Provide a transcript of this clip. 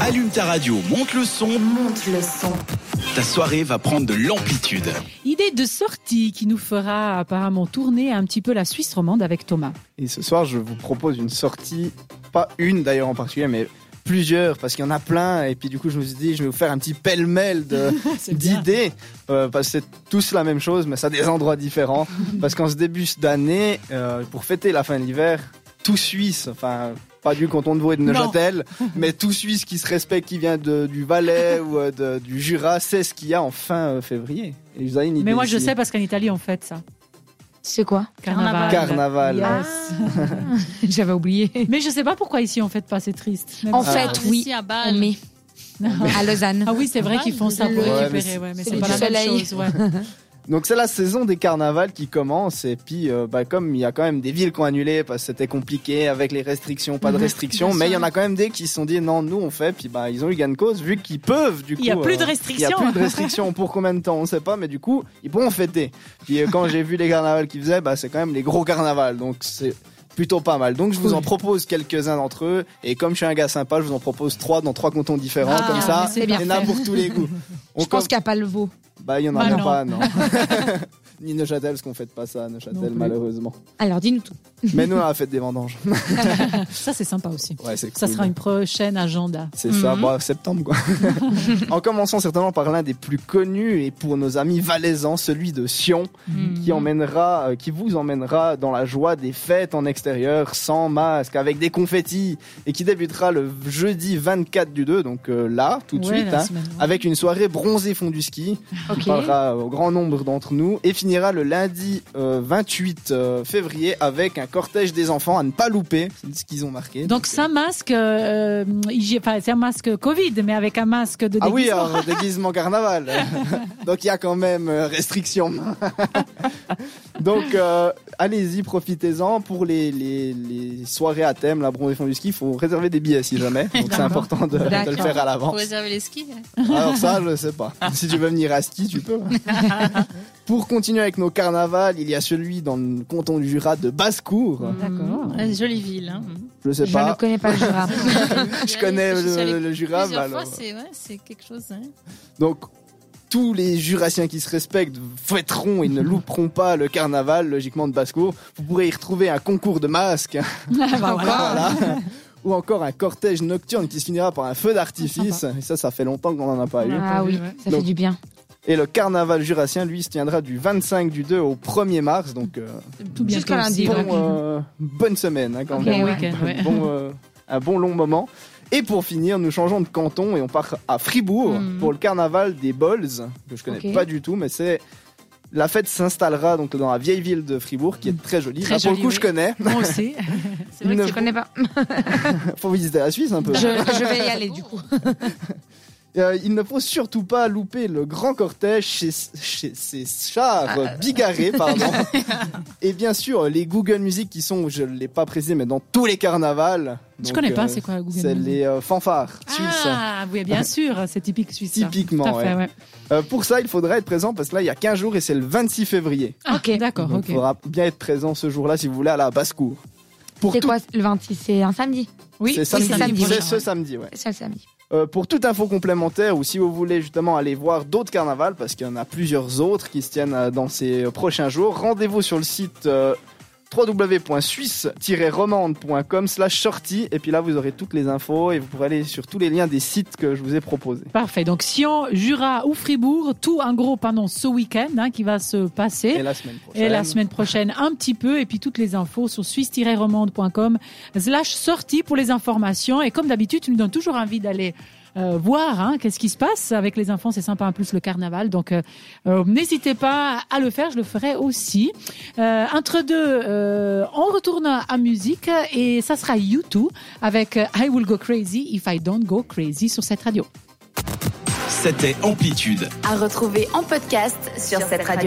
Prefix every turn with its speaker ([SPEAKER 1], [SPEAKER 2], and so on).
[SPEAKER 1] Allume ta radio, monte le son,
[SPEAKER 2] Monte le son.
[SPEAKER 1] ta soirée va prendre de l'amplitude.
[SPEAKER 3] Idée de sortie qui nous fera apparemment tourner un petit peu la Suisse romande avec Thomas.
[SPEAKER 4] Et ce soir, je vous propose une sortie, pas une d'ailleurs en particulier, mais plusieurs, parce qu'il y en a plein. Et puis du coup, je me suis dit, je vais vous faire un petit pêle-mêle de-
[SPEAKER 3] C'est bien.
[SPEAKER 4] d'idées, euh, parce que c'est tous la même chose, mais ça a des endroits différents. parce qu'en ce début d'année, euh, pour fêter la fin de l'hiver, tout Suisse, enfin... Pas du canton de Vaud et de
[SPEAKER 3] Non.
[SPEAKER 4] Neuchâtel, mais tout Suisse qui se respecte, qui vient de- du Valais ou euh, de- du Jura, sait ce qu'il y a en fin euh, février. Et vous avez une idée
[SPEAKER 3] Mais moi je
[SPEAKER 4] ici.
[SPEAKER 3] sais parce qu'en Italie on fait ça.
[SPEAKER 2] C'est quoi Ah.
[SPEAKER 3] Carnaval.
[SPEAKER 4] Carnaval.
[SPEAKER 3] Yes.
[SPEAKER 2] J'avais oublié.
[SPEAKER 3] Mais je sais pas pourquoi ici on fait pas, c'est triste. Mais
[SPEAKER 2] En
[SPEAKER 3] bon.
[SPEAKER 4] Ah.
[SPEAKER 2] fait, oui,
[SPEAKER 5] Ici à
[SPEAKER 2] on
[SPEAKER 5] Bâle.
[SPEAKER 2] met à Lausanne.
[SPEAKER 3] Ah oui, c'est vrai
[SPEAKER 5] Ah,
[SPEAKER 3] qu'ils font ça pour
[SPEAKER 2] le-
[SPEAKER 4] Ouais,
[SPEAKER 3] récupérer,
[SPEAKER 4] mais
[SPEAKER 3] ouais, mais
[SPEAKER 2] c'est
[SPEAKER 3] c'est
[SPEAKER 2] du
[SPEAKER 3] pas la même
[SPEAKER 2] soleil.
[SPEAKER 3] chose. ouais.
[SPEAKER 4] Donc c'est la saison des carnavals qui commence et puis euh, bah, comme il y a quand même des villes qui ont annulé parce que c'était compliqué avec les restrictions, pas de
[SPEAKER 3] Mhm,
[SPEAKER 4] restrictions,
[SPEAKER 3] bien
[SPEAKER 4] mais il y
[SPEAKER 3] sûr.
[SPEAKER 4] en a quand même des qui se sont dit non nous on fait puis bah ils ont eu gain de cause vu qu'ils peuvent du coup.
[SPEAKER 3] Il y a plus de
[SPEAKER 4] euh, Il y a
[SPEAKER 3] restrictions.
[SPEAKER 4] plus de restrictions pour combien de temps on sait pas mais du coup ils pourront fêter. Puis euh, quand j'ai vu les carnavals qu'ils faisaient bah c'est quand même les gros carnavals donc c'est plutôt pas mal. Donc je vous en propose quelques-uns d'entre eux et comme je suis un gars sympa je vous en propose trois dans trois cantons différents
[SPEAKER 3] Ah,
[SPEAKER 4] comme ça
[SPEAKER 3] mais c'est
[SPEAKER 4] il y en a
[SPEAKER 3] parfait.
[SPEAKER 4] pour tous les goûts. On
[SPEAKER 2] Je pense
[SPEAKER 4] commence-
[SPEAKER 2] qu'à Palvo.
[SPEAKER 4] bah, il n'y en a
[SPEAKER 3] Bah,
[SPEAKER 4] même
[SPEAKER 3] non.
[SPEAKER 4] pas, non. Ni Neuchâtel, parce qu'on fête pas ça à Neuchâtel,
[SPEAKER 3] Non plus.
[SPEAKER 4] malheureusement.
[SPEAKER 2] Alors, dis-nous tout.
[SPEAKER 4] Mais nous, on a la fête des vendanges.
[SPEAKER 3] Ça c'est sympa aussi.
[SPEAKER 4] Ouais, c'est
[SPEAKER 3] Ça
[SPEAKER 4] cool.
[SPEAKER 3] sera une prochaine agenda.
[SPEAKER 4] C'est ça,
[SPEAKER 5] Mhm.
[SPEAKER 4] bah, septembre, quoi. en commençant certainement par l'un des plus connus, et pour nos amis valaisans, celui de Sion, qui, emmènera, euh, qui vous emmènera dans la joie des fêtes en extérieur, sans masque, avec des confettis, et qui débutera le jeudi 24 du 2, donc euh, là, tout de
[SPEAKER 3] Ouais,
[SPEAKER 4] suite,
[SPEAKER 3] la
[SPEAKER 4] hein,
[SPEAKER 3] semaine, ouais.
[SPEAKER 4] avec une soirée bronzée fond du ski.
[SPEAKER 2] Ok.
[SPEAKER 4] parlera au grand nombre d'entre nous et finira le lundi euh, 28 euh, février avec un cortège des enfants à ne pas louper, c'est ce qu'ils ont marqué.
[SPEAKER 3] Donc c'est un masque, euh, hygi- enfin, c'est un masque Covid, mais avec un masque de
[SPEAKER 4] ah oui,
[SPEAKER 3] déguisement.
[SPEAKER 4] alors, déguisement carnaval. Donc il y a quand même euh, restriction. Donc euh, allez-y, profitez-en pour les, les, les soirées à thème, la bronzée fond du ski. Il faut réserver des billets si jamais. Donc c'est important de, de le
[SPEAKER 2] D'accord.
[SPEAKER 4] faire à
[SPEAKER 5] Faut
[SPEAKER 4] l'avance.
[SPEAKER 5] réserver les skis.
[SPEAKER 4] Alors ça, je sais pas. Si tu veux venir à ski, tu peux. Pour continuer avec nos carnavals, il y a celui dans le canton du Jura de Basse-Cour.
[SPEAKER 2] Ah, bah
[SPEAKER 3] D'accord. Ah,
[SPEAKER 5] Ouais, jolie ville. Hein.
[SPEAKER 4] Je sais
[SPEAKER 2] Mm. Je ne
[SPEAKER 4] pas.
[SPEAKER 2] connais pas le Jura.
[SPEAKER 4] Je connais
[SPEAKER 5] Je suis allée
[SPEAKER 4] le, le Jura.
[SPEAKER 5] Plusieurs
[SPEAKER 4] bah
[SPEAKER 5] fois,
[SPEAKER 4] alors.
[SPEAKER 5] c'est ouais, c'est quelque chose. hein.
[SPEAKER 4] Donc tous les Jurassiens qui se respectent fêteront et ne louperont pas le carnaval, logiquement de Basse-Cour. Vous pourrez y retrouver un concours de masques.
[SPEAKER 3] Ah, bah, voilà.
[SPEAKER 4] Voilà. Ou encore un cortège nocturne qui se finira par un feu d'artifice. Et ça, ça fait longtemps qu'on n'en a pas eu.
[SPEAKER 2] Ah oui, ça fait
[SPEAKER 4] Donc-
[SPEAKER 2] du bien.
[SPEAKER 4] Et le carnaval jurassien, lui, se tiendra du 25 du 2 au 1er mars. Donc, euh,
[SPEAKER 3] Tout bientôt
[SPEAKER 2] Jusqu'à lundi,
[SPEAKER 3] aussi,
[SPEAKER 4] bon,
[SPEAKER 2] ouais.
[SPEAKER 3] ouais.
[SPEAKER 4] euh, bonne semaine hein, quand
[SPEAKER 3] Un
[SPEAKER 2] Ok,
[SPEAKER 4] même.
[SPEAKER 3] bon
[SPEAKER 2] ouais.
[SPEAKER 3] week-end, ouais.
[SPEAKER 4] Un bon, euh, un bon long moment. Et pour finir, nous changeons de canton et on part à Fribourg
[SPEAKER 5] Mhm.
[SPEAKER 4] pour le carnaval des Bols, que je connais
[SPEAKER 2] Ok.
[SPEAKER 4] pas du tout, mais c'est. La fête s'installera donc dans la vieille ville de Fribourg, qui est très jolie.
[SPEAKER 5] Très
[SPEAKER 4] Là, pour
[SPEAKER 5] jolie,
[SPEAKER 4] le coup,
[SPEAKER 5] oui.
[SPEAKER 4] je connais.
[SPEAKER 3] Moi aussi.
[SPEAKER 5] C'est vrai
[SPEAKER 4] Une-
[SPEAKER 5] que c'est
[SPEAKER 2] Je connais pas.
[SPEAKER 4] Faut visiter la Suisse un peu.
[SPEAKER 2] Je, je vais y aller du coup.
[SPEAKER 4] Euh, il ne faut surtout pas louper le grand cortège chez, chez ces chars bigarrés, pardon. et bien sûr, les Google Music qui sont, je ne l'ai pas précisé, mais dans tous les carnavals.
[SPEAKER 3] Je
[SPEAKER 4] Donc,
[SPEAKER 3] connais pas,
[SPEAKER 4] euh,
[SPEAKER 3] c'est quoi Google
[SPEAKER 4] C'est
[SPEAKER 3] Maps
[SPEAKER 4] les euh, fanfares suisses.
[SPEAKER 3] Ah oui, bien sûr, c'est typique suisse. ça.
[SPEAKER 4] Typiquement,
[SPEAKER 3] Tout à fait, ouais.
[SPEAKER 4] Euh, pour ça, il faudra être présent parce que là, il y a 15 jours et c'est le 26 février.
[SPEAKER 3] Ok, Ah, d'accord,
[SPEAKER 4] Donc,
[SPEAKER 3] ok.
[SPEAKER 4] il faudra bien être présent ce jour-là si vous voulez à la basse-cour. Pour
[SPEAKER 2] C'est
[SPEAKER 4] tout-
[SPEAKER 2] quoi le 26 C'est un samedi
[SPEAKER 3] Oui,
[SPEAKER 4] C'est
[SPEAKER 2] samedi. samedi
[SPEAKER 4] C'est
[SPEAKER 2] prochain,
[SPEAKER 4] ce samedi, ouais.
[SPEAKER 2] C'est le samedi.
[SPEAKER 4] Euh, pour toute info complémentaire ou si vous voulez justement aller voir d'autres carnavals, parce qu'il y en a plusieurs autres qui se tiennent euh, dans ces euh, prochains jours, rendez-vous sur le site euh, www.suisse-romande.com slash sortie et puis là vous aurez toutes les infos et vous pourrez aller sur tous les liens des sites que je vous ai proposés.
[SPEAKER 3] Parfait. Donc Sion, Jura ou Fribourg, tout un gros pendant ce week-end hein, qui va se
[SPEAKER 4] Et
[SPEAKER 3] passer.
[SPEAKER 4] la semaine prochaine.
[SPEAKER 3] Et la semaine prochaine, un petit peu. Et puis toutes les infos sur suisse-romande.com slash sortie pour les informations. Et comme d'habitude, tu nous donnes toujours envie d'aller euh, voir hein, qu'est-ce qui se passe avec les enfants. C'est sympa en plus le carnaval. Donc euh, euh, n'hésitez pas à le faire, je le ferai aussi. Euh, entre deux, euh, on retourne à musique et ça sera YouTube avec euh, I Will Go Crazy If I Don't Go Crazy sur cette radio.
[SPEAKER 1] C'était Amplitude.
[SPEAKER 6] À retrouver en podcast sur cette radio.